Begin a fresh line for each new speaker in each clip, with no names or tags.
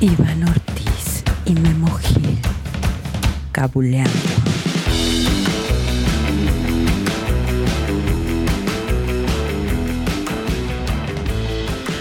Iván Ortiz y Memo Gil cabuleando.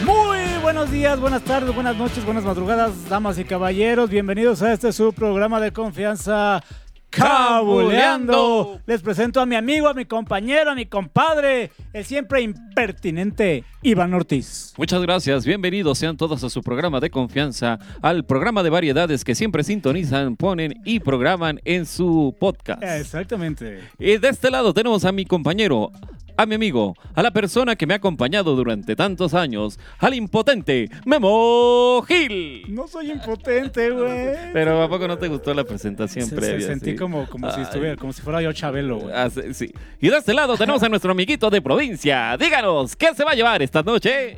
Muy buenos días, buenas tardes, buenas noches, buenas madrugadas, damas y caballeros. Bienvenidos a este su programa de confianza. Cabuleando.
Cabuleando.
Les presento a mi amigo, a mi compañero, a mi compadre, el siempre impertinente Iván Ortiz.
Muchas gracias, bienvenidos sean todos a su programa de confianza, al programa de variedades que siempre sintonizan, ponen y programan en su podcast.
Exactamente.
Y de este lado tenemos a mi compañero, a mi amigo, a la persona que me ha acompañado durante tantos años, al impotente Memo Gil.
No soy impotente, güey.
Pero ¿a poco no te gustó la presentación
Se- se
previa?
sentí
sí?
como, como si
Ay.
estuviera, como si fuera yo Chabelo, güey.
Ah, sí, sí. Y de este lado tenemos a nuestro amiguito de provincia. Díganos, ¿qué se va a llevar esta noche?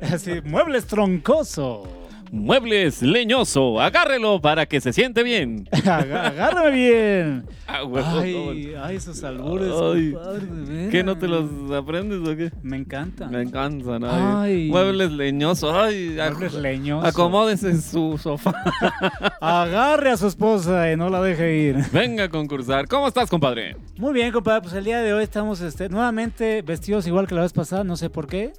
Así, muebles troncoso.
Muebles leñoso, agárrelo para que se siente bien.
Agá- Agárrame bien.
Ah, huevo,
Ay, ay, esos albures.
Ay,
compadre, de
¿Qué no te
veras.
los aprendes o qué?
Me encanta.
Me encantan.
Ay.
Ay. Muebles leñosos. Ay, ac-
Muebles leñosos.
Acomódese en su sofá.
Agarre a su esposa y no la deje ir.
Venga a concursar. ¿Cómo estás, compadre?
Muy bien, compadre. Pues el día de hoy estamos este, nuevamente vestidos igual que la vez pasada. No sé por
Eh,
qué.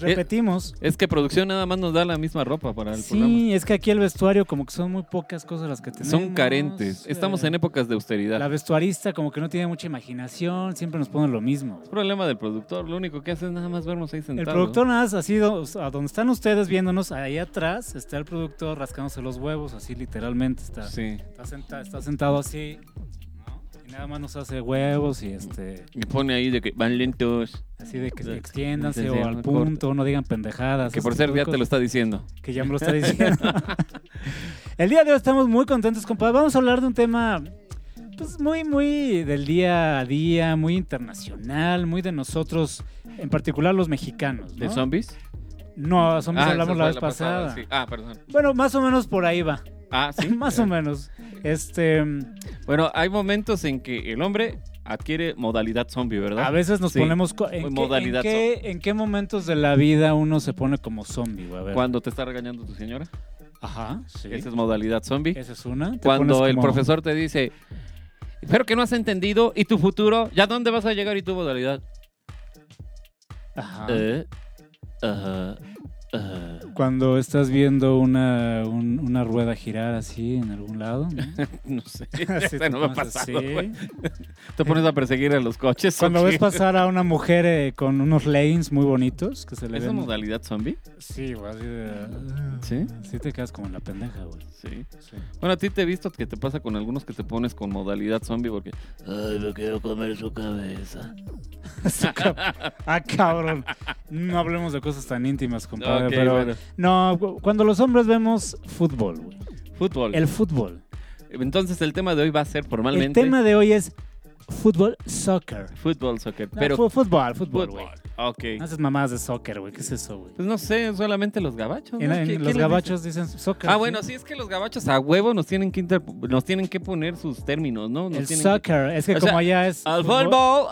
Repetimos.
Es que producción nada más nos da la misma ropa para el
sí,
programa.
es que aquí el vestuario como que son muy pocas cosas las que tenemos.
Son carentes.
Eh,
Estamos en épocas de austeridad.
La vestuarista como que no tiene mucha imaginación. Siempre nos ponen lo mismo.
Es problema del productor. Lo único que hace es nada más vernos ahí
El
sentados.
productor nada más ha sido, o sea, donde están ustedes viéndonos, ahí atrás está el productor rascándose los huevos, así literalmente está,
Sí.
está, senta- está sentado así, ¿no? Y nada más nos hace huevos y este,
Y pone ahí de que van lentos.
así de que
Sí.
extiéndanse
Sí,
o
sí,
al
no
punto, no digan pendejadas.
Que por
ese
ser
tipo de
ya te lo
cosas
está diciendo.
Que ya me lo está diciendo. el día de hoy estamos muy contentos, compadre. Vamos a hablar de un tema... Pues muy, muy del día a día, muy internacional, muy de nosotros, en particular los mexicanos.
¿De
¿no?
zombies?
No, zombies
Ah,
hablamos
esa
la
fue
vez pasada.
sí. Ah, perdón.
Bueno, más o menos por ahí va.
Ah, sí.
más o menos. Este,
Bueno, hay momentos en que el hombre adquiere modalidad zombie, ¿verdad?
a veces nos
Sí.
ponemos co- en,
Muy
qué,
modalidad
en qué- en qué momentos de la vida uno se pone como zombie, güey. A ver.
Cuando te está regañando tu señora,
Ajá, sí.
esa es modalidad zombie.
Esa es una. Te
Cuando
pones
el
como-
profesor te dice, espero que no has entendido, ¿y tu futuro? ¿Ya dónde vas a llegar y tu modalidad?
Ajá.
Eh, ajá, ajá.
Cuando estás viendo una, un- una rueda girar así en algún lado. ¿no?
No sé,
Así
eso no me ha
te pones
pasado.
así.
güey. Te pones a perseguir a los coches.
Cuando
¿o
ves
qué?
pasar a una mujer eh, con unos leggings muy bonitos que se le
¿Es
ven.
modalidad zombie?
Sí, güey, así de.
¿Sí?
Sí te quedas como en la pendeja, güey.
Sí.
Sí.
Bueno, a ti te he visto que te pasa con algunos que te pones con modalidad zombie porque... Ay, me quiero comer su cabeza.
Su cab- ah, cabrón. No hablemos de cosas tan íntimas, compadre.
Ok,
pero
bueno.
no, cu- cuando los hombres vemos fútbol, güey.
Fútbol.
El fútbol.
Entonces el tema de hoy va a ser formalmente
El tema de hoy es fútbol, soccer.
fútbol, soccer.
No,
pero
fu- fútbol, fútbol,
fútbol.
güey.
Ok.
No haces mamadas de soccer, güey. ¿Qué es eso, güey?
Pues no sé, solamente los gabachos.
En-
¿no?
en
¿Qui-
los
quién
gabachos dicen
dice?
soccer.
Ah, bueno, sí es que los gabachos a huevo nos tienen que inter- nos tienen que poner sus términos, ¿no? Nos
El
tienen
soccer. Es que
O
como
sea,
allá es.
que- Al fútbol,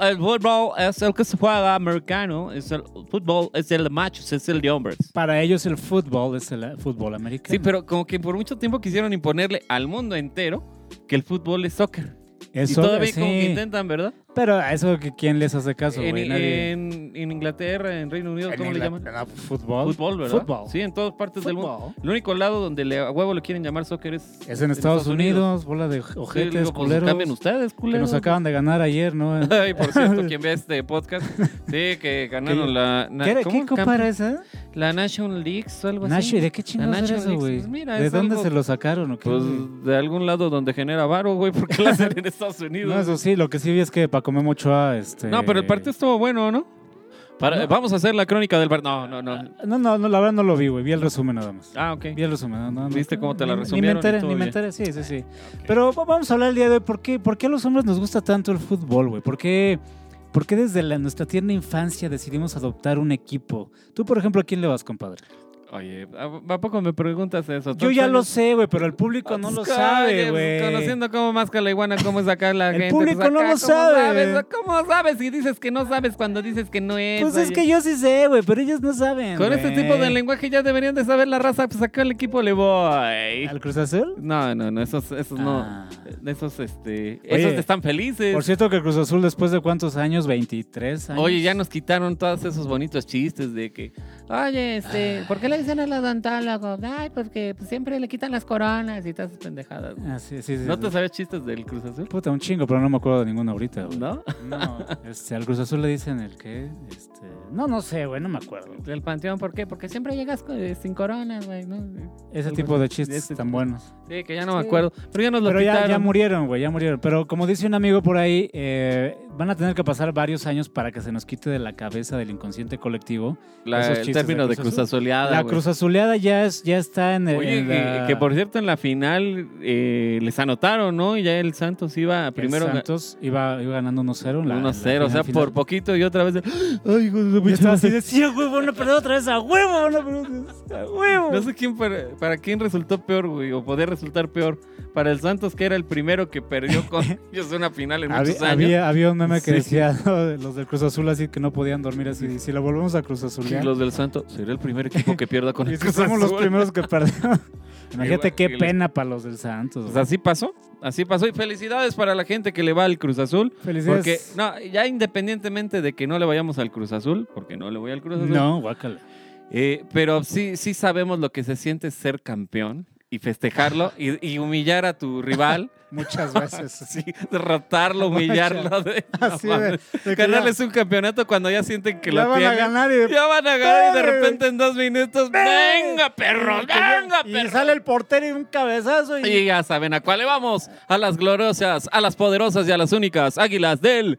el fútbol es el que se juega americano, es el fútbol es el de machos, es el de hombres.
Para ellos el fútbol es el eh, fútbol americano.
Sí, pero como que por mucho tiempo quisieron imponerle al mundo entero que el fútbol es soccer.
Eso,
y todavía
sí.
como que intentan, ¿verdad?
Pero a eso, que ¿quién les hace caso,
en,
güey? Nadie.
en- en Inglaterra, en Reino Unido,
En
¿cómo le
Inglaterra,
llaman?
no, Fútbol.
Fútbol, ¿verdad?
Fútbol.
Sí, en todas partes del mundo.
Fútbol.
Este El único lado donde le, a huevo le quieren llamar soccer es,
Es en Estados, Unidos, bola de
Sí, digo,
ojetes,
pues,
culeros.
cambien ustedes,
que
culeros.
nos acaban de ganar ayer, ¿no?
Ay, por cierto, quien ve este podcast, sí, que ganaron
¿Qué-
la... na-
¿Qué, era-
¿cómo?
¿qué copa era esa?
La National League o algo
Nacho, ¿y
así.
de qué chingados era
National
eso,
League,
güey?
pues, mira,
¿De
es
dónde
algo-
se lo sacaron o qué?
Pues de algún lado donde genera varo, güey, porque la hacen en Estados Unidos.
no, eso sí, lo que sí vi es que Paco Memo Ochoa, este...
No, pero el partido estuvo bueno, ¿no? Para-
No.
Vamos a hacer la crónica del partido. No, no, no.
No, no, no, la verdad no lo vi, güey. Vi el resumen nada más.
Ah, ok.
Vi el resumen. no, no, no.
¿Viste cómo te la
Ni-
resumieron y
Ni me enteré,
todo
ni me
bien? Ah,
enteré, sí, sí, sí. Pero va- vamos a hablar el día de hoy. ¿Por qué, por qué a los hombres nos gusta tanto el fútbol, güey? ¿Por qué, por qué desde la- nuestra tierna infancia decidimos adoptar un equipo? Tú, por ejemplo, ¿a quién le vas, compadre?
Oye, ¿a, a poco me preguntas eso?
Yo
¿Tú
ya
sabes?
lo sé, güey, pero el público no lo
Pues, oye,
sabe,
pues,
güey.
Conociendo cómo masca la iguana, cómo es acá la
El
gente.
público
pues,
no
acá,
lo
¿cómo
sabe.
sabes? ¿Cómo sabes si dices que no sabes cuando dices que no es?
Pues es
oye?
que yo sí sé, güey, pero ellos no saben.
Con este tipo de
güey.
lenguaje ya deberían de saber la raza, pues acá el equipo le voy.
¿Al Cruz Azul?
No, no, no, esos, esos
Ah.
Pues, no. Esos, este.
Oye,
esos están felices.
Por cierto que Cruz Azul después de cuántos años, 23 años.
Oye, ya nos quitaron todos esos bonitos chistes de que, oye,
Ah.
este, ¿por qué le dicen al odontólogo? Ay, porque pues, siempre le quitan las coronas y todas esas pendejadas.
Ah, sí, sí, sí,
¿No
sí.
te sabes chistes del Cruz Azul?
Puta, un chingo, pero no me acuerdo de ninguno ahorita, güey.
¿No?
No, este, al Cruz Azul le dicen el que, este... No, no sé, güey, no me acuerdo.
Del panteón, ¿por qué? Porque siempre llegas co- eh, sin coronas, güey. ¿no?
Ese
Algo
tipo de
así.
chistes
Ese
tan
tipo.
buenos.
Sí, que ya no me
Sí.
acuerdo. Pero ya nos lo
Pero ya,
quitaron.
ya murieron, güey, ya murieron. Pero como dice un amigo por ahí, eh, van a tener que pasar varios años para que se nos quite de la cabeza del inconsciente colectivo.
La-
esos
el
chistes
término de
de Cruz
Cruz
Azul.
Azuleada.
la
güey.
Cruz Azuleada ya, es, ya está en el...
Oye,
en
que,
la-
que por cierto en la final eh, les anotaron, ¿no? Y ya el Santos iba
el
primero ga-
Santos iba, iba ganando 1-0. en la- en la
1-0, o sea,
final, final.
por poquito y otra vez. de, Ay, hijo de su
Yo
pinche
estaba así
madre".
de, sí, a huevo, van a perder otra vez, a huevo, van a perder otra vez, a huevo.
No sé quién para, para quién resultó peor, güey, o poder resultar peor. Para el Santos, que era el primero que perdió con ellos una final en muchos
Había,
años.
había, había un meme que
Sí.
decía ¿no? de los del Cruz Azul así que no podían dormir así. y Si la volvemos a Cruz Azul,
Y los del Santos, sería el primer equipo que pierda con
y
el
es que
Cruz
somos los
Azul.
primeros que perdieron.
Igual,
Imagínate qué
igual.
pena para los del Santos.
Pues
güey.
así pasó, así pasó. Y felicidades para la gente que le va al Cruz Azul. Porque,
Felicidades.
no, ya independientemente de que no le vayamos al Cruz Azul, porque no le voy al Cruz Azul.
no, guácala.
Eh, pero sí, sí sabemos lo que se siente ser campeón y festejarlo y, y humillar a tu rival.
Muchas veces.
Sí, derrotarlo, humillarlo. de-
Así
no
de-
mames.
de que
Ganarles
ya-
un campeonato cuando ya sienten que
Ya
lo
van
tienen.
a ganar y,
Ya van a ganar y de
¡Ven!
repente en dos minutos, ¡venga, perro!
que ya-
¡Venga,
y
perro!
sale el portero y un cabezazo y,
Y ya saben a cuál le vamos. A las gloriosas, a las poderosas y a las únicas águilas del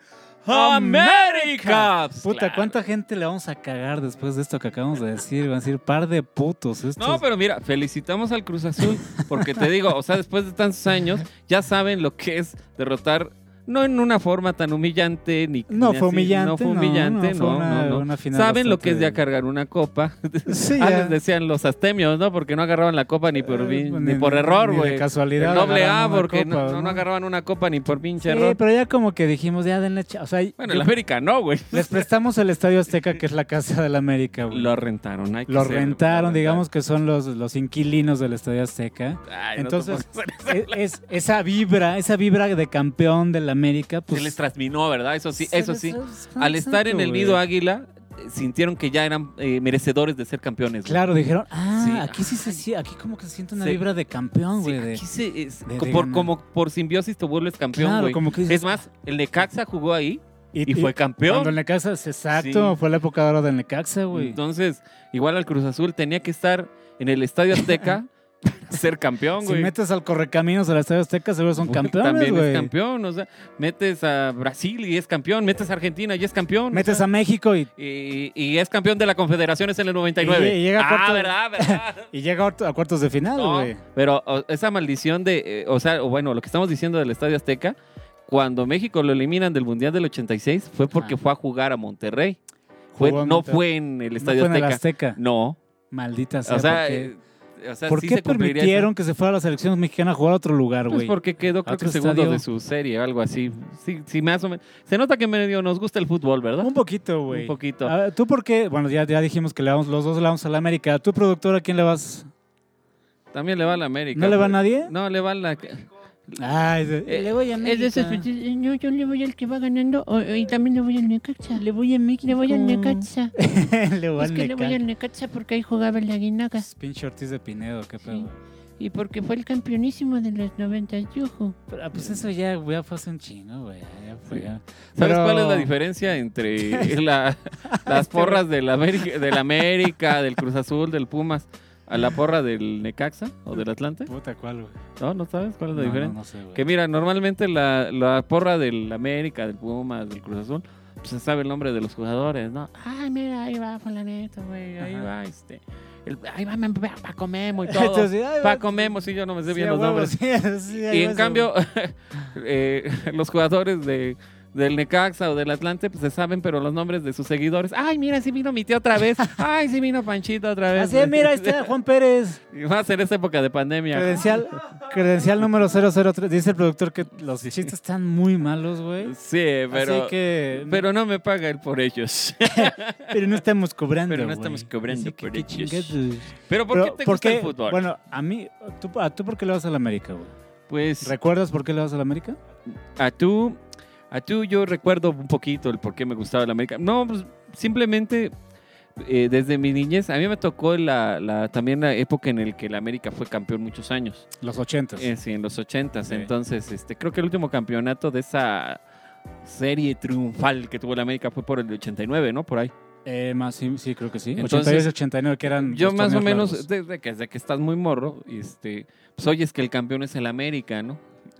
América.
Puta,
Claro.
¿cuánta gente le vamos a cagar después de esto que acabamos de decir? Van a decir, par de putos estos.
No, pero mira, felicitamos al Cruz Azul porque te digo, o sea, después de tantos años ya saben lo que es derrotar no en una forma tan humillante ni
No
ni
fue
así,
humillante,
No fue
no,
humillante,
no,
no,
fue una-
no, no.
una final
Saben lo que es
bastante-
ya cargar una copa.
Sí, ya.
Antes decían los astemios, ¿no? Porque no agarraban la copa ni por
Eh,
vin-
ni-
ni por
ni-
error,
ni de
güey.
casualidad
El doble A
agarraban una
porque no-
copa,
no, no
¿no?
agarraban una copa ni por pinche
Sí,
error.
pero ya como que dijimos, ya denle... cha- O sea,
Bueno, el América no, güey.
Les prestamos el Estadio Azteca, que es la casa del América, güey.
Lo rentaron, hay que
Lo
ser-
rentaron, digamos que son los, los inquilinos del Estadio Azteca.
Ay, no te
Entonces,
pongas en
es, es- esa vibra, esa vibra de campeón del América, pues...
se les transminó, ¿verdad? Eso sí, eso sí.
Exacto,
Al estar en el
güey.
Nido Águila, eh, sintieron que ya eran eh, merecedores de ser campeones. güey.
Claro, dijeron, ah,
Sí,
aquí sí se sie- aquí como que se siente una
Sí.
vibra de campeón,
Sí,
güey. de-
aquí se- es-
de-
co-
de
por,
ganar.
como por simbiosis te vuelves campeón,
claro,
güey.
como que dices,
Es más, el Necaxa jugó ahí y,
y-
fue
Cuando el
campeón.
Necaxa, exacto,
Sí.
fue la época de oro del Necaxa, güey.
Entonces, igual al Cruz Azul tenía que estar en el Estadio Azteca para ser campeón,
Si
güey.
metes al correcaminos del Estadio Azteca, seguro son
Güey,
campeones,
También es
güey.
campeón, o sea, metes a Brasil y es campeón, metes a Argentina y es campeón.
Metes a México y
y, y es campeón de la Confederaciones en el 99.
Y- y llega a
ah,
cuarto-
verdad, verdad.
Y llega a cuartos de final,
No,
güey.
pero o- esa maldición de, eh, o sea, o bueno, lo que estamos diciendo del Estadio Azteca, cuando México lo eliminan del Mundial del 86 fue porque
Ajá.
fue a jugar a Monterrey.
Ah. Jugó
Fue-
en
no
Monterrey.
fue en el
No
Estadio
fue en el
Azteca.
Azteca.
No,
Maldita sea.
o sea,
¿por qué,
eh, o sea,
¿por
sí
qué
se cumpliría eso.
permitieron que se fuera a la selección mexicana a jugar a otro lugar,
Pues
güey?
porque quedó creo que
otro
segundo de
estadio.
su serie o algo así. Sí, sí, más o menos. Se nota que medio nos gusta el fútbol, ¿verdad?
un poquito, güey.
Un poquito.
A ver, ¿Tú por qué? Bueno, ya, ya dijimos que le vamos, los dos le vamos a la América. ¿Tú, productor, a quién le vas?
También le va a la América.
¿No le va a
güey.
nadie?
No, le va a la...
Ay, de-
Eh,
voy a
Es de esos,
América.
pues, no, yo le voy al que va ganando o- y también le voy al Necaxa. Le voy a México. Le voy al Necaxa.
le va
es que le voy al Necaxa porque ahí jugaba el Aguinaga
Pues,
Pinche Ortiz de Pinedo, qué pedo.
y porque fue el campeonísimo de los 90, yujú.
Pero, ah, pues eso ya, güey, ya fue hace un chingo, güey. Ya fue,
Sí.
ya.
¿Sabes
Pero-
cuál es la diferencia entre la- las porras del América, del América, del Cruz Azul, del Pumas, a la porra del Necaxa o del Atlante?
Puta, ¿cuál, güey?
No, no sabes cuál es la
No,
diferencia.
No, no sé, güey.
Que mira, normalmente la, la porra del América, del Pumas, del Cruz Azul, pues se sabe el nombre de los jugadores, ¿no?
Ay, mira, ahí va fulanito, güey. Ahí
Ajá.
va.
Ah, este, el- ahí va Mem- pa- Paco Memo y todo.
Entonces, ay,
Paco Memo, sí, yo no me sé
sí,
bien
a
los
huevo,
nombres.
sí, sí, a
Y en
huevo.
cambio, eh, los jugadores de, del Necaxa o del Atlante, pues se saben, pero los nombres de sus seguidores. Ay, mira, sí vino mi tío otra vez. Ay, sí vino Panchito otra vez.
Así, mira, ahí está Juan Pérez.
Y va a ser esta época de pandemia.
Credencial, credencial número 003. Dice el productor que los chistes están muy malos, güey.
Sí, pero.
¿eh? Así que. mm.
Pero no me paga él por ellos.
pero no estamos cobrando.
Pero no
güey.
estamos cobrando
Así
por
qué
ellos.
chingados.
pero ¿por
Pero,
qué te gusta el fútbol?
Bueno, a mí, ¿tú, ¿a tú por qué le vas a la América, güey?
pues
¿Recuerdas por qué le vas a la América?
a tú, a tú yo recuerdo un poquito el por qué me gustaba la América. No, pues, simplemente eh, desde mi niñez, a mí me tocó la, la- también la época en el que la América fue campeón muchos años.
Los ochentas.
Eh, sí, en los ochentas.
Sí.
Entonces, este, creo que el último campeonato de esa serie triunfal que tuvo la América fue por el 89, ¿no? Por ahí.
Eh, más, sí, sí, creo que sí.
Entonces,
86, 89, que eran.
Yo
los
más o
torneos
menos,
largos.
desde que, desde que estás muy morro, este, pues oyes que el campeón es el América, ¿no?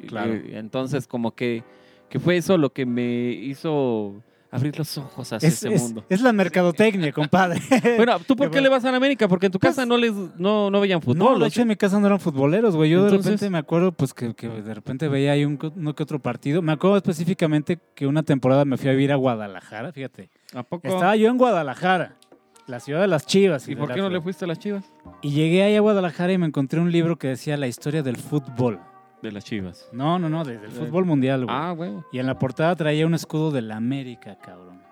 Claro.
Y- y entonces como que, que fue eso lo que me hizo abrir los ojos hacia
Es,
ese
es-
mundo.
es la mercadotecnia, compadre.
Bueno, ¿tú por
qué
qué le vas a la América? Porque en tu casa
Pues-
no les no, no veían
No,
fútbol.
de
o
hecho
sea,
en mi casa no eran futboleros, güey. Yo
Entonces-
de repente me acuerdo, pues que, que de repente veía ahí un, co- uno que otro partido. Me acuerdo específicamente que una temporada me fui a vivir a Guadalajara, fíjate.
¿A poco?
Estaba yo en Guadalajara, la ciudad de las chivas.
¿Y
del
por qué no
Atlas.
le fuiste a las chivas?
Y llegué ahí a Guadalajara y me encontré un libro que decía la historia del fútbol.
De las chivas.
No, no, no, desde el
Eh.
fútbol mundial, güey.
Ah, bueno.
Y en la portada traía un escudo de la América, cabrón.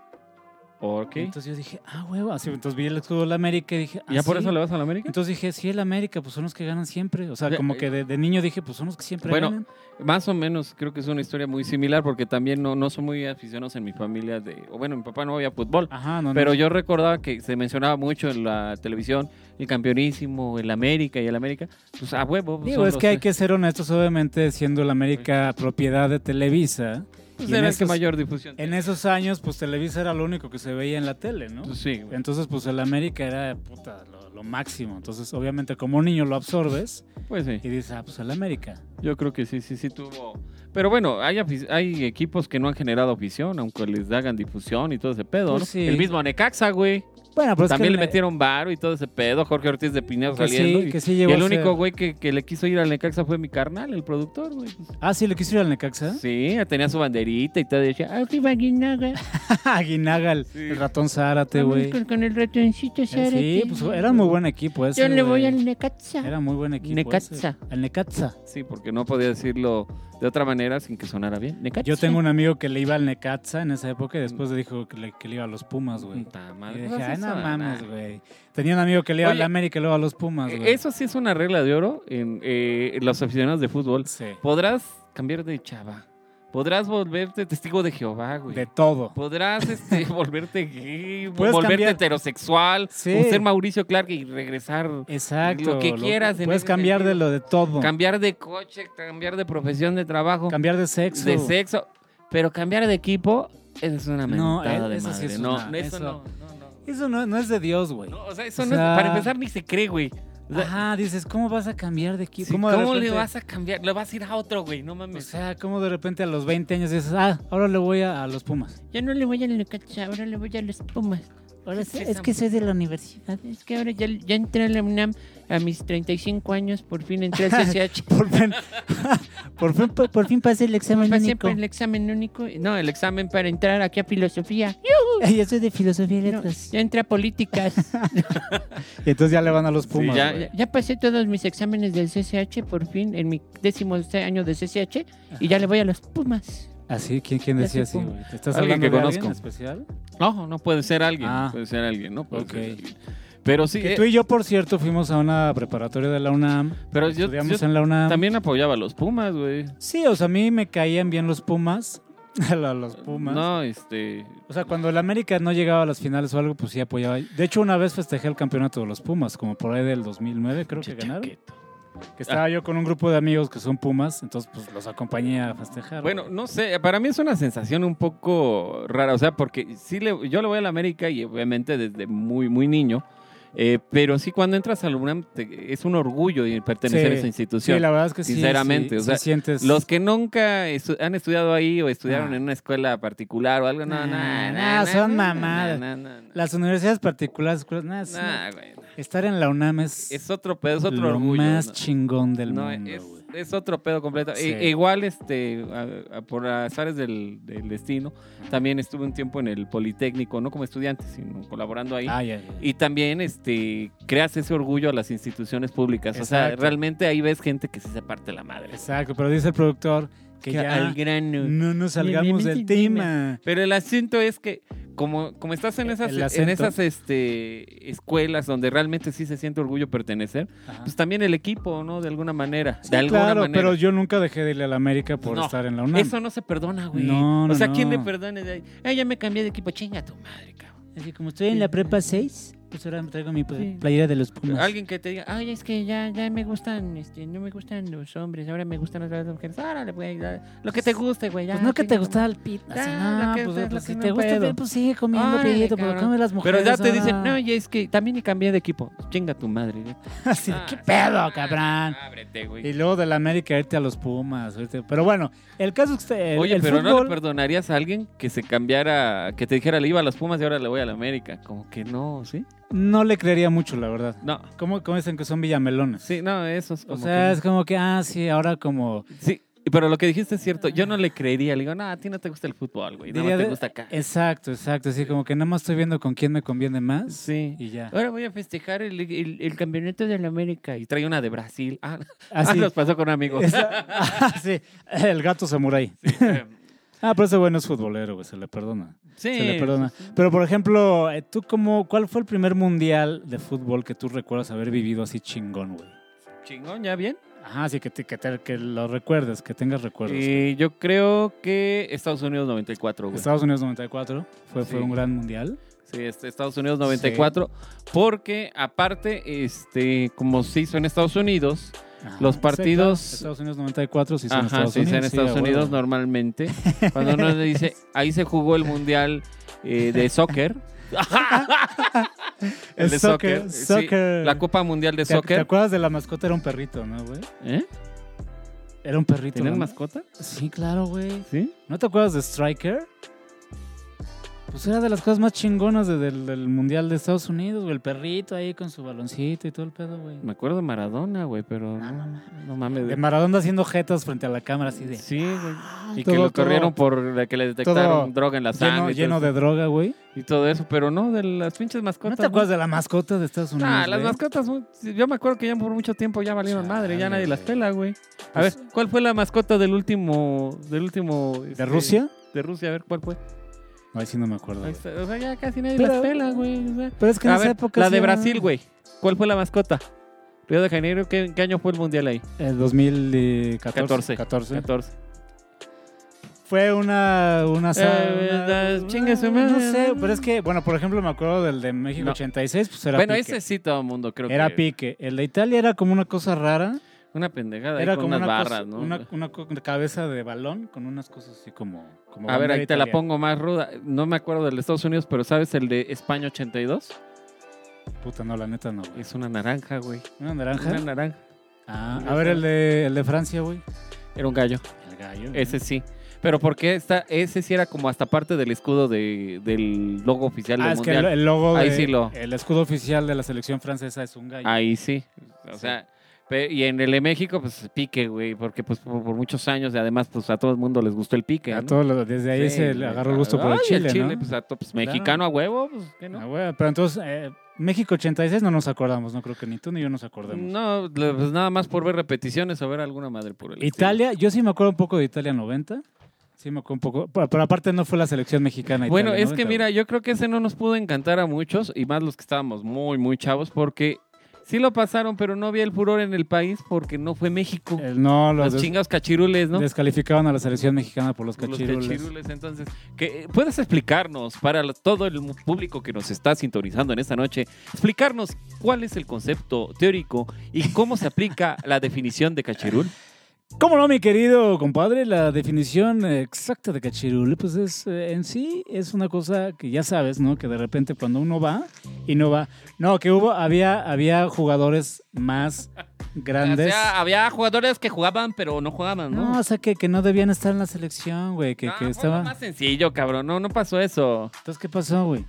Ok.
Entonces yo dije, ah, huevo. Así, entonces vi el escudo de la América y dije, ah,
¿Ya por
sí.
eso le vas a la América?
Entonces dije, sí, el América, pues son los que ganan siempre. O sea,
Ya,
como
eh.
que de, de niño dije, pues son los que siempre
Bueno,
ganan.
Más o menos, creo que es una historia muy similar porque también no, no son muy aficionados en mi familia de... O bueno, mi papá no veía fútbol.
Ajá, no, no.
Pero yo recordaba que se mencionaba mucho en la televisión el campeonísimo, el América y el América. Pues a huevo. pues,
Digo,
son
es
los
que hay
tres.
que ser honestos, obviamente, siendo la América propiedad de Televisa.
Pues
y
era
en
el que
esos-
mayor difusión.
En esos años, pues Televisa era lo único que se veía en la tele, ¿no?
Pues sí, güey.
Entonces, pues el América era puta, lo, lo máximo. Entonces, obviamente, como un niño lo absorbes
pues sí.
y dices, ah, pues el América.
Yo creo que sí, sí, sí tuvo. Pero bueno, hay, afi- hay equipos que no han generado afición, aunque les hagan difusión y todo ese pedo,
Pues
¿no?
sí.
El mismo Necaxa, güey.
Bueno, pero es que
También
el-
le metieron varo y todo ese pedo. Jorge Ortiz de Pinedo
que
saliendo.
sí,
y-
que sí
y,
llegó
el
a ser-
único güey que, que le quiso ir al Necaxa fue mi carnal, el productor, güey.
Ah, sí, le quiso ir al Necaxa.
Sí, tenía su banderita y todo. Y decía, "Ah, "Ay,
Aquí va Guinaga.
Aguinaga, el,
Sí.
el ratón Zárate,
Vamos
güey. Eh,
Con, con el ratoncito Zárate.
Sí, pues era muy buen equipo ese.
Yo le
güey.
voy al Necaxa.
Era muy buen equipo.
Necaxa.
ese. Al Necaxa.
Sí, porque no podía decirlo de otra manera sin que sonara bien. Necaxa.
Yo tengo un amigo que le iba al Necaxa en esa época y después le dijo que le, que le iba a los Pumas, güey.
Puta
Y
madre.
dije,
Pues
ay, no
eso,
mames,
nah.
güey. Tenía un amigo que le iba
Oye,
al América y luego a los Pumas, güey.
Eh, Eso sí es una regla de oro en eh, los aficionados de fútbol.
Sí.
Podrás cambiar de chava. Podrás volverte testigo de Jehová, güey.
De todo.
Podrás este, volverte gay,
Puedes
volverte
cambiar.
heterosexual,
Sí.
o ser Mauricio Clark y regresar,
Exacto.
Lo que quieras en
Puedes
ese
cambiar de
sentido.
lo de todo.
cambiar de coche, cambiar de profesión de trabajo,
cambiar de sexo.
de sexo, pero cambiar de equipo es una
No,
mentada
eh,
de
eso sí
madre.
es
no,
una-
eso,
eso-
no, no, no.
Eso no, no es de Dios, güey.
No, o sea, eso
O
no es-
sea-
para empezar ni se cree, güey. O sea,
Ajá, dices, ¿cómo vas a cambiar de equipo?
sí, ¿Cómo,
de
le
repente-
vas a cambiar? Le vas a ir a otro, güey, no
O
mames.
sea, ¿cómo de repente a los 20 años dices, ah, ahora le voy a, a los Pumas?
Yo no le voy al Necaxa, ahora le voy a los Pumas.
Ahora
Sí,
sí,
es
es que soy de la universidad.
Es que ahora ya, ya entré a la UNAM a mis 35 años, por fin entré al CCH.
Por fin, por fin, por- por fin pasé el examen
Pasé
único.
por el examen único, no, el examen para entrar aquí a filosofía.
Ay, Yo soy de filosofía y
No,
letras.
ya entré a políticas.
Y entonces ya le van a los
Sí,
Pumas.
ya-
güey.
Ya, ya pasé todos mis exámenes del CCH, por fin, en mi décimo año de CCH, y ya le voy a los Pumas.
Así, ¿quién, quién
Ya
decía
sé
así,
cómo.
güey? ¿Te estás
Alguien
hablando
que
de
conozco.
alguien en especial?
No, no puede ser alguien.
Ah.
Puede ser alguien, ¿no? Puede
Ok.
ser alguien. Pero sí,
Que
eh,
tú y yo, por cierto, fuimos a una preparatoria de la UNAM.
pero yo,
estudiamos
yo
en la UNAM.
también apoyaba a los Pumas, güey.
Sí, o sea, a mí me caían bien los Pumas. a los Pumas.
No, este.
O sea, cuando el América no llegaba a las finales o algo, pues sí apoyaba. De hecho, una vez festejé el campeonato de los Pumas, como por ahí del 2009, creo que ganaron.
chaqueto. Ah.
Que estaba yo con un grupo de amigos que son Pumas, entonces pues los acompañé a festejar.
Bueno,
güey.
no sé, para mí es una sensación un poco rara, o sea, porque sí le, yo le voy a la América y obviamente desde muy, muy niño, eh, pero sí cuando entras al UNAM te- es un orgullo de pertenecer
Sí,
a esa institución.
sí, la verdad es que sí.
sinceramente,
sí,
o
sí
sea,
sientes...
Los que nunca estu- han estudiado ahí o estudiaron
Pues Ah.
en una escuela particular o algo, no,
Nah,
no, no,
nah, son mamadas.
No, no, no.
Las universidades particulares, pues, escuelas, nada, sí,
Nah, güey, no.
estar en la UNAM es,
Es otro pedo, es otro
lo
orgullo.
más
¿no?
chingón del
No,
mundo.
es-
güey.
es otro pedo completo.
Sí.
E- igual, este, a- a- por azares del, del destino, también estuve un tiempo en el Politécnico, no como estudiante, sino colaborando ahí.
Ah, ya, ya, ya.
Y también este, creas ese orgullo a las instituciones públicas. O sea,
Exacto.
realmente ahí ves gente que sí se parte la madre.
Exacto, pero dice el productor que ya
al grano.
no nos salgamos del tema.
Pero el asunto es que, como, como estás en
El
esas, en
acento.
esas este, escuelas donde realmente sí se siente orgullo pertenecer,
Ajá.
pues también el equipo, ¿no? De alguna manera.
Sí,
de alguna
claro,
manera.
pero yo nunca dejé de ir a la América por
No,
estar en la UNAM.
Eso no se perdona, güey.
No, no,
o sea, ¿quién
no.
le perdone de ahí? "Ay, ya me cambié de equipo, chinga tu madre, cabrón.
Así como estoy en la prepa 6, pues ahora traigo mi pla- playera de los
Pues
Pumas.
Alguien que te diga, "Ah,
Ay, es que ya, ya me gustan, este, no me gustan los hombres, ahora me gustan las mujeres. Ah, Órale, güey, ya, lo que te guste, güey. ya,
Pues
Ah,
no que te
chinga tu
gustaba el pit. así,
Ya,
no,
lo que-
pues,
es
pues,
lo que
si
no
te gusta el
puedo.
pit, pues sí, comiendo
Órale,
pito, pero
cabrón.
come las
pero
mujeres.
ya te
ahora.
dicen, no, ya es que también ni cambié de equipo. Chinga tu madre. güey.
Así de,
Ah,
¿Qué pedo, cabrón?
Ábrete, güey.
Y luego de la América irte a los Pumas. irte- Pero bueno, el caso es que el,
Oye,
el
pero ¿no
fútbol...
le perdonarías a alguien que se cambiara, que te dijera le iba a las Pumas y ahora le voy a la América? Como que no, ¿sí?
No le creería mucho, la verdad.
No,
¿Cómo, cómo dicen que son villamelones?
sí, no, eso es
o
como
sea,
que-
es como que, ah, sí, ahora como...
Sí, pero lo que dijiste es cierto. Yo no le creería. Le digo, no, a ti no te gusta el fútbol, güey. No,
Diría
te
de-
gusta acá.
Exacto, exacto. Así como que nada más estoy viendo con quién me conviene más
Sí.
y ya.
Ahora voy a festejar el, el- el campeonato de la América. Y trae una de Brasil. Ah, ah,
Así.
nos pasó con un amigo.
Esa- Ah, sí, el gato samurái. Ah, pero ese güey no es futbolero, güey, se le perdona.
Sí.
Se le perdona. Pero, por ejemplo, eh, ¿tú cómo, cuál fue el primer mundial de fútbol que tú recuerdas haber vivido así chingón, güey?
Chingón, ¿ya bien?
Ajá, sí, que, te- que, te- que lo recuerdes, que tengas recuerdos.
Y yo creo que Estados Unidos 94, güey.
Estados Unidos 94 fue, fue
Sí.
un gran mundial.
Sí, este, Estados Unidos 94. Porque aparte, este, como se hizo en Estados Unidos,
Ajá.
Los
Sí,
partidos-
claro, Estados Unidos 94 sí son
ajá,
Estados
se
Unidos.
hizo en
sí,
Estados
a huevo.
Unidos normalmente. Cuando uno dice, ahí se jugó el mundial eh, de soccer. el de
Es soccer,
soccer, sí,
soccer.
La Copa Mundial de
¿Te, te
Soccer.
acuerdas de la mascota? Era un perrito, ¿no, güey?
¿Eh?
Era un perrito.
¿Tenían
¿no?
mascota?
Sí, claro, güey.
Sí.
¿No te acuerdas de Striker? Pues era de las cosas más chingonas de- del, del Mundial de Estados Unidos, güey. El perrito ahí con su baloncito y todo el pedo, güey.
Me acuerdo de Maradona, güey, pero
No, no,
no,
no.
no mames.
Ah, De Maradona haciendo jetas frente a la cámara, así de. "Ah,
sí, güey.
Todo-
Y que lo
todo
corrieron por la que le detectaron droga en la
Lleno,
sangre. y
lleno
todo
de droga, güey.
eso- Y todo eso, pero no, de las pinches
¿No
mascotas.
te acuerdas de la mascota de Estados Unidos?
Ah, las
güey?
mascotas, muy- sí, yo me acuerdo que ya por mucho tiempo ya valieron
Chale,
madre, ya nadie las
güey.
pela, güey. A
Pues-
ver, ¿cuál fue la mascota del último, del último?
¿De
este,
Rusia?
De Rusia, a ver cuál fue.
No, ahí sí no me acuerdo. güey.
Ahí está, O sea, ya casi nadie
Pero-
las pela, güey. o sea.
Pero es que en
A
esa
ver,
época.
la
sí
de
era-
Brasil, güey. ¿Cuál fue la mascota? Río de Janeiro, ¿qué, en qué año fue el mundial ahí?
El 2014.
14.
14.
14.
Fue una. una, sa-
Eh,
una-
da- chinga su
No
madre.
sé, pero es que, bueno, por ejemplo, me acuerdo del de México
No.
86, pues era.
bueno,
pique.
ese sí todo el mundo creo
Era
que...
pique. El de Italia era como una cosa rara.
Una pendejada ahí
Era
con
como
unas
una, cosa-
barras, ¿no?
una, una co- una cabeza de balón con unas cosas así como. como
A ver,
bandera
ahí te la
italiana.
pongo más ruda. No me acuerdo del de Estados Unidos, pero ¿sabes el de España 82?
Puta, no, la neta no, güey.
Es una naranja, güey.
¿Una naranja?
Una naranja.
Ah, a ver, el de, el de Francia, güey.
Era un gallo.
El gallo.
Ese sí. Pero porque esta, ese sí era como hasta parte del escudo de- del logo oficial
Ah,
del
es que
mundial.
el, el logo.
Ahí
de-
sí lo-
El escudo oficial de la selección francesa es un gallo.
Ahí sí. O
Sí.
sea, pe- y en el de México, pues pique, güey. Porque pues por, por muchos años y además, pues a todo el mundo les gustó el pique.
A
¿no?
todos los- desde ahí
Sí,
se le
güey.
agarró el gusto por el
Ay,
Chile,
Chile,
¿no?
pues, a to- pues,
Claro.
mexicano a huevo, pues ¿qué no.
Ah, güey, pero entonces, eh, México 86 no nos acordamos, no creo que ni tú ni yo nos acordemos.
No, le- pues nada más por ver repeticiones o ver alguna madre por el
Italia, yo sí me acuerdo un poco de Italia 90. Sí me acuerdo un poco, pero, pero aparte no fue la selección mexicana.
Bueno,
Italia
es que
90,
mira, yo creo que ese no nos pudo encantar a muchos, y más los que estábamos muy, muy chavos, porque sí lo pasaron, pero no había el furor en el país porque no fue México.
güey. Eh, no, los
los
des-
chingados cachirules, ¿no?
descalificaron a la selección mexicana por los
Los
cachirules.
cachirules, entonces, que eh, puedes explicarnos para lo- todo el mu- público que nos está sintonizando en esta noche, explicarnos cuál es el concepto teórico y cómo se aplica la definición de cachirul.
¿Cómo no, mi querido compadre? La definición exacta de cachirul, pues es eh, en sí, es una cosa que ya sabes, ¿no? Que de repente cuando uno va y no va. No, que hubo, había, había jugadores más
O
grandes.
sea, había jugadores que jugaban, pero no jugaban, ¿no?
No, o sea, que, que no debían estar en la selección, güey. Que,
No,
que
fue
estaba.
más sencillo, cabrón. No, no pasó eso.
Entonces, ¿qué pasó, güey?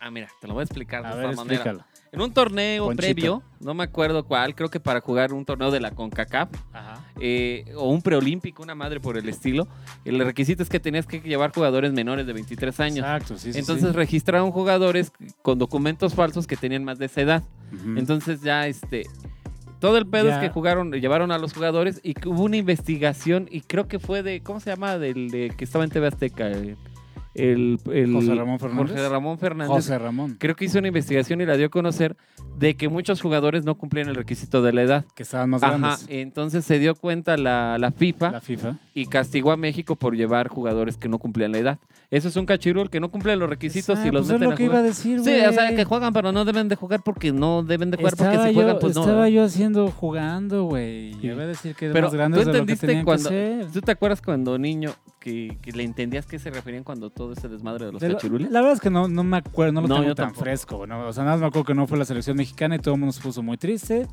Ah, mira, te lo voy a explicar de
A
esta
ver,
manera.
explícalo.
En un torneo
Ponchito.
previo, no me acuerdo cuál, creo que para jugar un torneo de la CONCACAF
Ajá.
eh, o un preolímpico, una madre por el estilo, el requisito es que tenías que llevar jugadores menores de 23 años.
Exacto, sí, sí,
Entonces
sí.
registraron jugadores con documentos falsos que tenían más de esa edad.
Ujú.
Entonces ya este todo el pedo
Mm. Ya.
es que jugaron, llevaron a los jugadores y que hubo una investigación y creo que fue de ¿cómo se llama? del de, que estaba en TV Azteca el, el- el-
José Ramón Fernández.
Jorge Ramón Fernández.
José Ramón,
Creo que hizo una investigación y la dio a conocer de que muchos jugadores no cumplían el requisito de la edad.
que estaban más
Ajá,
grandes.
entonces se dio cuenta la, la FIFA
La FIFA.
y castigó a México por llevar jugadores que no cumplían la edad. Eso es un cachirul que no cumple los requisitos y
Exacto,
los
pues es
meten
lo
a
que
jugar.
iba a decir,
Sí, o sea,
güey.
que juegan, pero no deben de jugar porque no deben de jugar
Estaba,
porque si juegan,
yo,
pues no.
estaba
¿verdad?
yo haciendo, jugando, güey. Y
Sí.
iba a decir que
Pero
más
tú
grandes de lo que
entendiste
tenían
cuando.
que ser.
¿Tú te acuerdas cuando niño que, que le entendías que se referían cuando todo ese desmadre de los
De lo-
cachirules?
la verdad es que no, no me acuerdo, no lo
No,
tengo
yo
tan
tampoco.
fresco. ¿no? O sea, nada más me acuerdo que no fue la selección mexicana y todo el mundo se puso muy triste.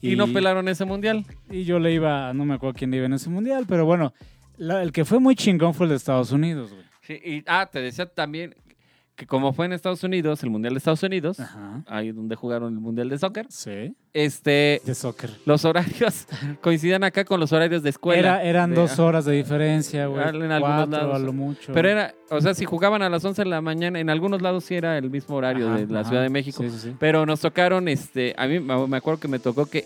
Y, no pelaron ese mundial.
Y yo le iba, no me acuerdo quién le iba en ese mundial, pero bueno, la- el que fue muy chingón fue el de Estados Unidos, güey.
Sí, y, ah, te decía también que como fue en Estados Unidos, el mundial de Estados Unidos,
Ajá.
ahí donde jugaron el mundial de soccer,
Sí.
este,
De soccer.
los horarios coincidían acá con los horarios de escuela.
Era, eran
De-
dos horas de diferencia, güey.
Ah, en algunos
Cuatro
lados.
a lo mucho.
Pero era, o sea, si jugaban a las 11 de la mañana, en algunos lados sí era el mismo horario
Ajá,
de la
ajá.
Ciudad de México.
Sí, sí, sí.
Pero nos tocaron, este, a mí me me acuerdo que me tocó que,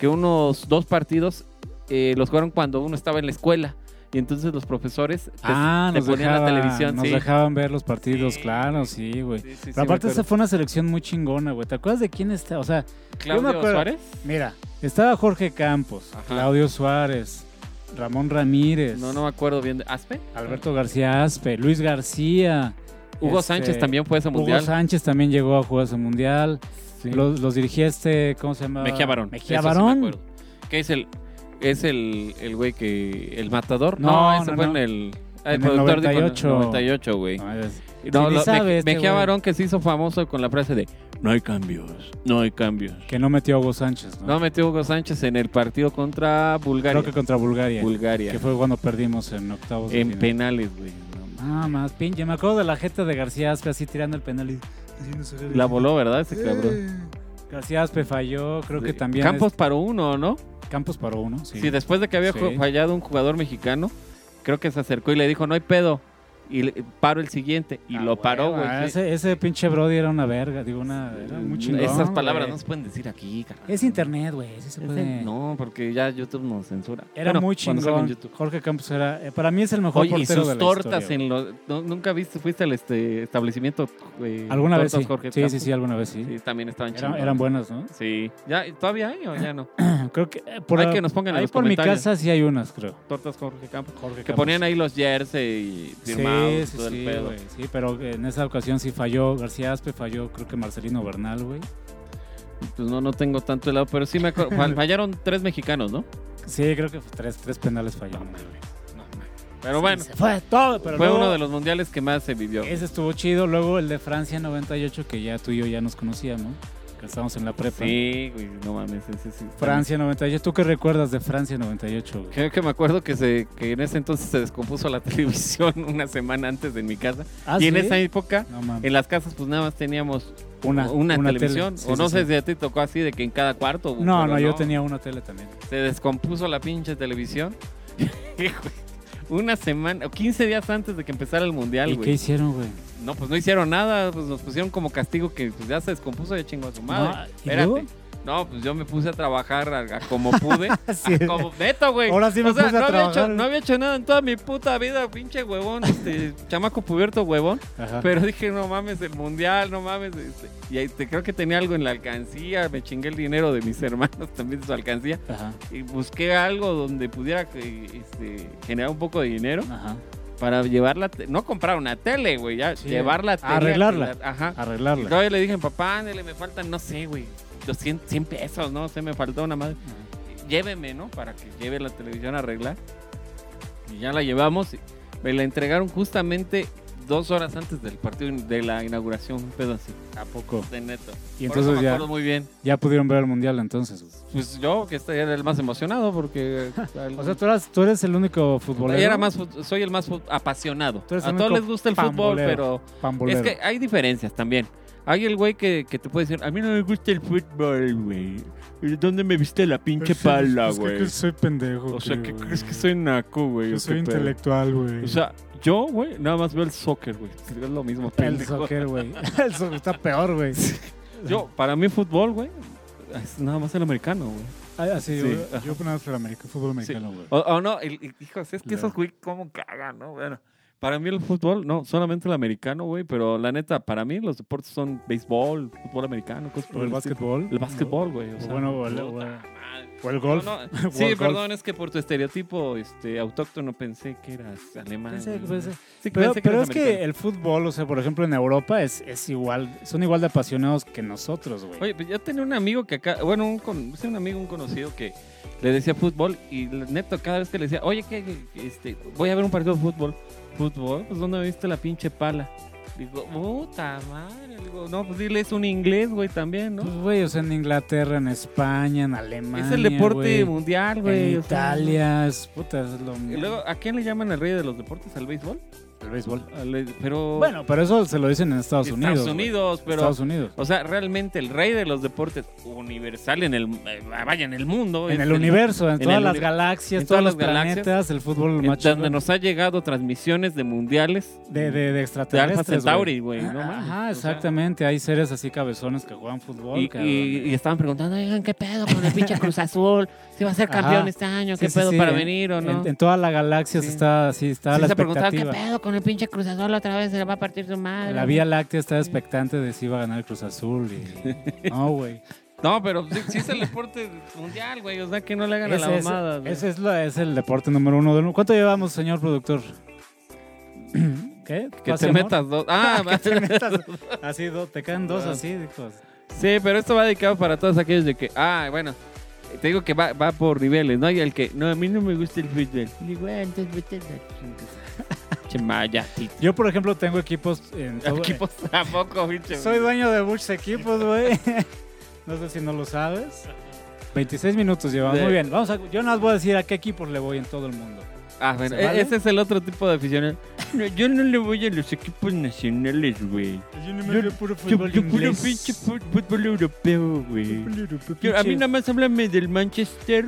que unos dos partidos eh, los jugaron cuando uno estaba en la escuela. Y entonces los profesores te,
Ah,
te
nos
ponían
dejaban,
la televisión.
nos
sí.
dejaban ver los partidos,
Sí.
claro, sí, güey.
Sí, sí, sí,
Pero
me
aparte
acuerdo.
esa fue una selección muy chingona, güey. ¿Te acuerdas de quién está? O sea,
Claudio
yo me acuerdo.
Suárez.
mira, estaba Jorge Campos,
Ajá.
Claudio Suárez, Ramón Ramírez,
No, no me acuerdo bien. de- ¿Aspe?
Alberto García Aspe, Luis García,
Hugo
este,
Sánchez también fue a ese
Hugo
mundial.
Sánchez también llegó a jugar su mundial.
Sí.
Los, los dirigía este, ¿cómo se llama?
Mejía Barón.
Mejía
eso sí me
Barón.
acuerdo. que es el es el el güey que el matador.
No,
No, ese
no,
fue
no.
en el ah,
En el
productor dijo,
98.
98, güey.
No, es-
No,
ni
lo-
Ah, sabe
Me-
este
Mejía
güey.
Barón que se hizo famoso con la frase de no hay cambios, no hay cambios.
que no metió a Hugo Sánchez, ¿no?
No metió Hugo Sánchez en el partido contra Bulgaria.
Creo que contra Bulgaria,
Bulgaria.
que fue cuando perdimos en octavos. de
en
final.
penales, güey. No mames.
Nada más, pinche. Me acuerdo de la gente de García Aspe así tirando el penal y haciéndose ver.
La voló, ¿verdad? Ese cabrón.
García Aspe falló, creo que
Sí.
también.
Campos paró uno, ¿no?
es- Campos paró uno, sí.
Sí, después de que había
Sí.
ju- fallado un jugador mexicano, creo que se acercó y le dijo, no hay pedo. Y le- eh, paro el siguiente. Y
Ah,
lo paró,
huevo,
güey. sí. Mm,
Ese, ese pinche Brody era una verga, digo, una. Era muy chingón,
Esas palabras
güey.
no se pueden decir aquí, carnal.
Es internet, güey. Sí se
Es
puede.
el- No, porque ya YouTube nos censura.
Era
Bueno,
muy
cuando sale en
chingón.
YouTube.
Jorge Campos era. eh, para mí es el mejor
Oye, y
portero de
sus
la
tortas
historia.
en los... ¿no- ¿Nunca viste, fuiste al este establecimiento? eh,
¿Alguna vez
tortas
sí?
Jorge
sí, sí,
Campos?
sí, alguna vez sí.
Sí, también estaban
Eran,
chingados.
eran buenas, ¿no?
Sí. ¿Ya, ¿Todavía hay o ya no?
Creo que. eh, por
hay
la-
que nos pongan en
ahí
los
por mi
comentarios.
casa sí hay unas, creo.
Tortas Jorge Campos.
Jorge
Que ponían ahí los jersey
Sí,
firmados
sí,
todo el
sí,
pedo.
güey, sí, pero en esa ocasión sí falló García Aspe, falló creo que Marcelino Bernal, güey.
Pues no, no tengo tanto helado, pero sí me acuerdo. Fal- Fallaron tres mexicanos, ¿no?
Sí, creo que tres, tres penales falló.
Pero bueno,
Se fue todo, pero
fue
luego
uno de los mundiales que más se vivió.
ese estuvo chido, luego el de Francia 98 que ya tú y yo ya nos conocíamos, que estábamos en la prepa.
Sí, güey, no mames. ese sí está-
Francia 98, ¿tú qué recuerdas de Francia 98? güey?
Creo que me acuerdo que, se, que en ese entonces se descompuso la televisión una semana antes de mi casa.
Ah,
y en
¿sí?
esa época,
No mames.
en las casas, pues nada más teníamos
Una,
una,
tele.
televisión.
Sí,
o
sí,
no
sí.
sé si a ti tocó así de que en cada cuarto.
No,
pero
no, yo tenía una tele también.
Se descompuso la pinche televisión. Hijo, una semana, o 15 días antes de que empezara el mundial,
¿Y qué
güey.
hicieron, güey?
No, pues no hicieron nada, pues nos pusieron como castigo que pues, ya se descompuso, ya chingó a su madre.
No, ¿y
Espérate.
luego?
No, pues yo me puse a trabajar a- a como pude.
Así
Ah, Como neta, güey.
Ahora sí me
o sea,
puse a
no había,
trabajar.
hecho, no había hecho nada en toda mi puta vida, pinche huevón, este chamaco cubierto huevón.
Ajá.
Pero dije, no mames, el mundial, no mames. este, y ahí te, creo que tenía algo en la alcancía, me chingué el dinero de mis hermanos también de su alcancía.
Ajá.
Y busqué algo donde pudiera eh, este, generar un poco de dinero
Ajá.
para llevarla, no comprar una tele, güey, ya
Sí.
llevar la tele.
Arreglarla.
que la- Ajá. Y
Arreglarla.
todavía le dije, papá, ándale, me faltan, no sé, güey, 200, 100 pesos, no sé, me faltó una madre
Ajá.
lléveme, ¿no? Para que lleve la televisión a arreglar. Y ya la llevamos. y Me la entregaron justamente dos horas antes del partido de la inauguración, un pedo así,
¿A poco?
de neto.
Y
Por eso
entonces
me
ya,
acuerdo muy bien.
ya pudieron ver el mundial entonces. güey.
Pues yo, que este era el más emocionado porque...
O sea, tú, eras, tú eres el único futbolero.
era más, fut- soy el más fut- apasionado.
Tú eres
A
el
todos
único
les gusta el fútbol,
pambolero.
pero
pambolero.
es que hay diferencias también. Hay el güey que, que te puede decir, a mí no me gusta el fútbol, güey. ¿Dónde me viste la pinche
Pues sí,
pala,
pues, ¿qué
güey?
crees? soy pendejo.
O sea, ¿qué
güey?
crees que soy naco, güey?
Yo
¿O
soy
qué pedo?
intelectual, güey.
O sea, yo, güey, nada más veo el soccer, güey. Es lo mismo,
El
pendejo.
soccer, güey. El soccer está peor, güey.
Yo, para mí, fútbol, güey, es nada más el americano, güey.
Ah, Así,
Sí.
güey.
yo, yo nada más el americano, fútbol americano, güey.
O, o no, el, el- hijo, es que
Claro.
esos güey cómo cagan, ¿no? Bueno, para mí el fútbol, no, solamente el americano, güey, pero la neta, para mí los deportes son béisbol, fútbol americano, cosas por
¿O el
estilo.
básquetbol?
Oh, El básquetbol, güey. O
O
sea,
bueno, o el, o
puta
el-
madre.
o el golf.
No, no, Sí,
golf.
perdón, es que por tu estereotipo este, autóctono pensé que eras alemán.
Pensé que
güey.
fuese-
Sí,
Pero,
pensé que
pero
eras
es que
americano.
el fútbol, o sea, por ejemplo, en Europa es, es igual, son igual de apasionados que nosotros, güey.
Oye, pues yo tenía un amigo que acá, bueno, un, con- sí, un amigo, un conocido que le decía fútbol y la- neto cada vez que le decía, oye, que este, voy a ver un partido de fútbol. ¿Fútbol? Pues ¿dónde viste la pinche pala? Digo, puta madre. Le Digo, no, pues dile, es un inglés, güey, también, ¿no?
Pues, güey, o sea, en Inglaterra, en España, en Alemania.
es el deporte
güey,
mundial, güey.
En
o sea,
Italia, es, puta, es lo
¿no? Y luego, ¿a quién le llaman el rey de los deportes? ¿Al béisbol?
el béisbol.
Al- pero...
Bueno, pero eso se lo dicen en Estados Unidos.
Estados
güey.
Unidos, pero...
Estados Unidos.
O sea, realmente el rey de los deportes universal en el... eh, vaya, en el mundo.
En
es
el universo, en,
en
todas
el
las
uni-
galaxias,
en
todos
todas
los
las galaxias,
planetas, el fútbol
En
macho
donde nos ha llegado transmisiones de mundiales
de, de, de
de Alpha
extraterrestres.
Centauri, güey.
güey.
no mames.
Ajá,
O sea,
exactamente. Hay seres así cabezones que juegan fútbol.
y,
cabrón. eh.
y- y estaban preguntando,
preguntando, oigan, ¿qué pedo con el pinche Cruz Azul? ¿Si va a ser campeón
Ajá.
este año?
Sí,
¿Qué
sí,
pedo
sí,
para
en-
venir o no?
En, en toda la galaxia se
Sí.
está, sí, está
Sí,
la
se preguntaba, ¿qué
expectativa.
pedo con el pinche Cruz Azul? Otra vez se le va a partir su madre.
La Vía Láctea está expectante de si iba a ganar el Cruz Azul. Y... No, güey.
no, pero sí, sí es el deporte mundial, güey. O sea, que no le hagan a
Ese
la
es-
mamada. güey.
Ese es, la- es el deporte número uno del mundo. ¿Cuánto llevamos, señor productor? ¿Qué?
que
¿Paz
te
y amor?
metas dos. Ah,
Que te metas. Así, dos, te quedan dos así, dijo.
sí, pero esto va dedicado para todos aquellos de que, ah, bueno, te digo que va, va por niveles, ¿no? Y el que, no, a mí no me gusta el fútbol.
Digo, "Güey, entonces vete a la chingada".
Chemaya, tito.
Yo, por ejemplo, tengo equipos en todo-
Equipos tampoco, pinche.
Soy dueño de muchos equipos, güey. No sé si no lo sabes. 26 minutos llevamos.
De-
Muy bien. Vamos a, yo nada más voy a decir a qué equipos le voy en todo el mundo.
Ah, bueno,
¿Se vale?
e- ese es el otro tipo de aficionado. No, yo no le voy a los equipos nacionales, güey.
Yo no
Yo-
me puro
Yo,
fútbol
yo puro
inglés.
pinche fu- fútbol europeo, güey.
Fútbol europeo,
Yo- A mí
pinche-
nada más háblame del Manchester,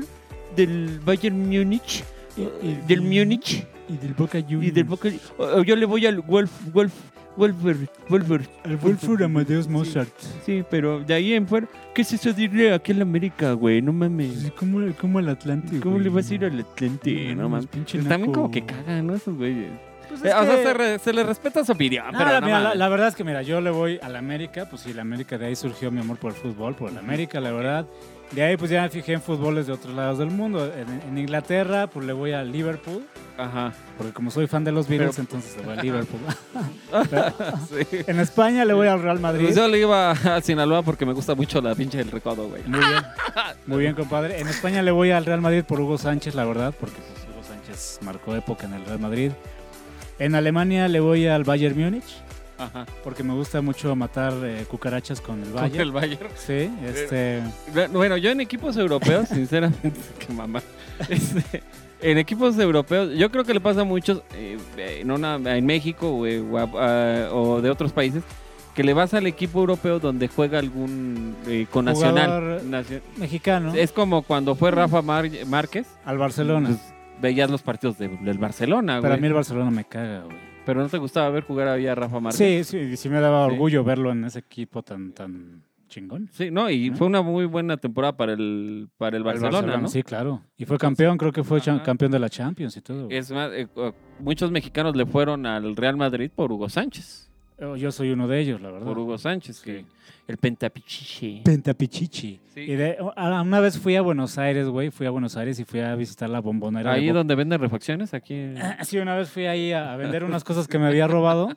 del Bayern Múnich,
Y- y-
del Múnich
Y del Boca Juniors.
y del Boca. o- o yo le voy al Wolf, Wolf, Wolver, Wolver.
El Wolfur Amadeus Mozart.
Sí, pero de ahí en fuera, ¿qué es eso de irle aquí a la América, güey? No mames.
Sí, Como, como el Atlante,
¿Cómo
güey.
le vas a ir al Atlante? No mames.
pinche naco.
También como que cagan, ¿no? Esos güeyes.
Pues
Eh,
es
o sea,
que-
se, re- se le respeta su opinión,
Nada,
pero no
mira, la,
mames.
la verdad es que, mira, yo le voy a la América, pues sí, la América, de ahí surgió mi amor por el fútbol, por la América, la verdad. De ahí, pues ya me fijé en fútboles de otros lados del mundo. En, en Inglaterra, pues le voy a Liverpool,
Ajá.
porque como soy fan de los Beatles,
Pero-
entonces le voy a Liverpool.
Sí.
en España le voy al Real Madrid.
Pues yo le iba a Sinaloa porque me gusta mucho la pinche del recodo, güey.
Muy bien, muy bien, compadre. En España le voy al Real Madrid por Hugo Sánchez, la verdad, porque pues, Hugo Sánchez marcó época en el Real Madrid. En Alemania le voy al Bayern Múnich,
Ajá.
porque me gusta mucho matar eh, cucarachas con el
Con
Bayern.
el Eh, Bayern.
Sí, este...
Bueno, yo en equipos europeos, sinceramente, qué mamá. Este, en equipos europeos, yo creo que le pasa a muchos, eh, eh, no nada- en México güey, o, a- a- o de otros países, que le vas al equipo europeo donde juega algún eh,
Jugador-
conacional. Nacio-
mexicano
Es como cuando fue Rafa Mar- Márquez,
al Barcelona.
pues, veías los partidos de- del Barcelona,
Pero a
güey.
mí el Barcelona me caga, güey.
Pero no te gustaba ver jugar ahí a Rafa Márquez.
Sí, sí, sí me daba
Sí.
orgullo verlo en ese equipo tan tan chingón.
Sí, no, y
¿No?
fue una muy buena temporada para el, para el Barcelona, ¿no?
Sí, claro. Y fue campeón, creo que fue cha-
Ajá.
campeón de la Champions y todo. güey.
Es más, eh, eh, muchos mexicanos le fueron al Real Madrid por Hugo Sánchez.
Oh, Yo soy uno de ellos, la verdad.
Por Hugo Sánchez, que
Sí.
el pentapichiche.
Pentapichichi.
Sí.
Y de, a- una vez fui a Buenos Aires, güey. Fui a Buenos Aires y fui a visitar la bombonera.
Ahí
de Bo-
donde venden refacciones, aquí. en-
Sí, una vez fui ahí a a vender unas cosas que me había robado,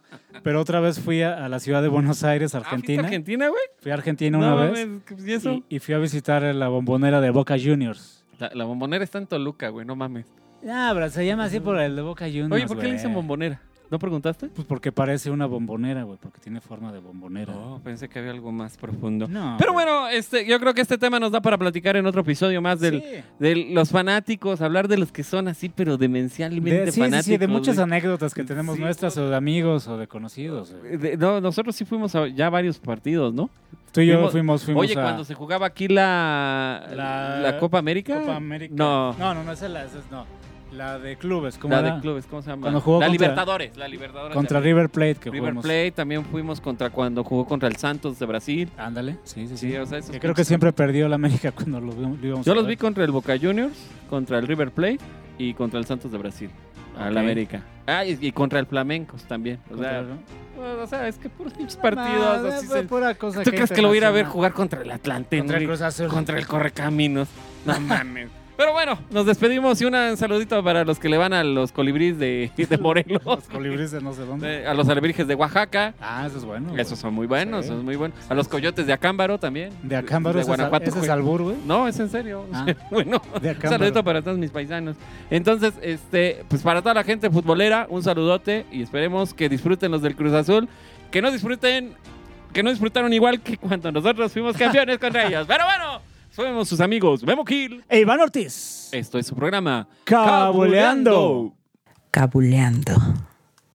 pero otra vez fui a, a la ciudad de Buenos Aires,
Ah, ¿fuiste
Argentina.
Argentina, güey.
Fui a Argentina una vez.
mames, ¿y eso?
Y, y fui a visitar la bombonera de Boca Juniors.
La, la bombonera está en Toluca, güey, no mames.
Ah, pero se llama así por el de Boca Juniors.
Oye, ¿por qué le
güey.
dicen bombonera? ¿No preguntaste?
Pues porque parece una bombonera, güey, porque tiene forma de bombonera.
No, pensé que había algo más profundo.
No,
Oh, Pero
güey.
bueno, este, yo creo que este tema nos da para platicar en otro episodio más del,
Sí.
de los fanáticos, hablar de los que son así, pero demencialmente
De, sí, sí,
fanáticos.
sí, de muchas
güey.
anécdotas que tenemos
Sí,
nuestras o de amigos o de conocidos. güey.
De- no, nosotros sí fuimos a ya varios partidos, ¿no?
Tú y yo
Fuimos-
fuimos, fuimos
Oye,
a
cuando se jugaba aquí la,
La-
la, Copa América.
Copa América.
No,
no, no, no, esa, es la, esa es no. La de clubes, ¿cómo
la
era?
de clubes, ¿cómo se llama?
Cuando jugó
la
contra-
Libertadores, la Libertadores.
Contra
de-
River Plate que
River
jugamos.
Plate, también fuimos contra cuando jugó contra el Santos de Brasil.
Ándale, sí, sí, sí.
Sí, o sea, esos
Que creo que siempre perdió la América cuando los vi- lo íbamos
Yo
a
los
ver.
vi contra el Boca Juniors, contra el River Plate y contra el Santos de Brasil. Al
Ok.
América. Ah, y, y contra el Flamencos también. O sea,
Contra-
o sea, es que puros pinches partidos.
Nah,
así
fue
se-
pura cosa
¿Tú crees que lo voy a ir a ver
internacional.
jugar contra el Atlante?
contra el
güey?
Cruz Azul?
Contra el Correcaminos. No mames. Pero bueno, nos despedimos y una- un saludito para los que le van a los colibríes de, de Morelos.
Los colibríes de no sé dónde.
Eh, a los alebrijes de Oaxaca.
Ah, eso es bueno. güey.
Esos son muy buenos,
Sí.
esos son muy buenos. A los coyotes de Acámbaro también.
De Acámbaro,
de
ese es al-
Guanajuato,
ese es
güey.
albur, güey.
No, es en serio.
Ah.
bueno,
De
un
Acámbaro.
saludito para todos mis paisanos. Entonces, este, pues para toda la gente futbolera, un saludote y esperemos que disfruten los del Cruz Azul. Que no disfruten, que no disfrutaron igual que cuando nosotros fuimos campeones contra ellos. Pero bueno, fuimos sus amigos. Memo Gil.
E Iván Ortiz.
Esto es su programa.
Cabuleando.
Cabuleando.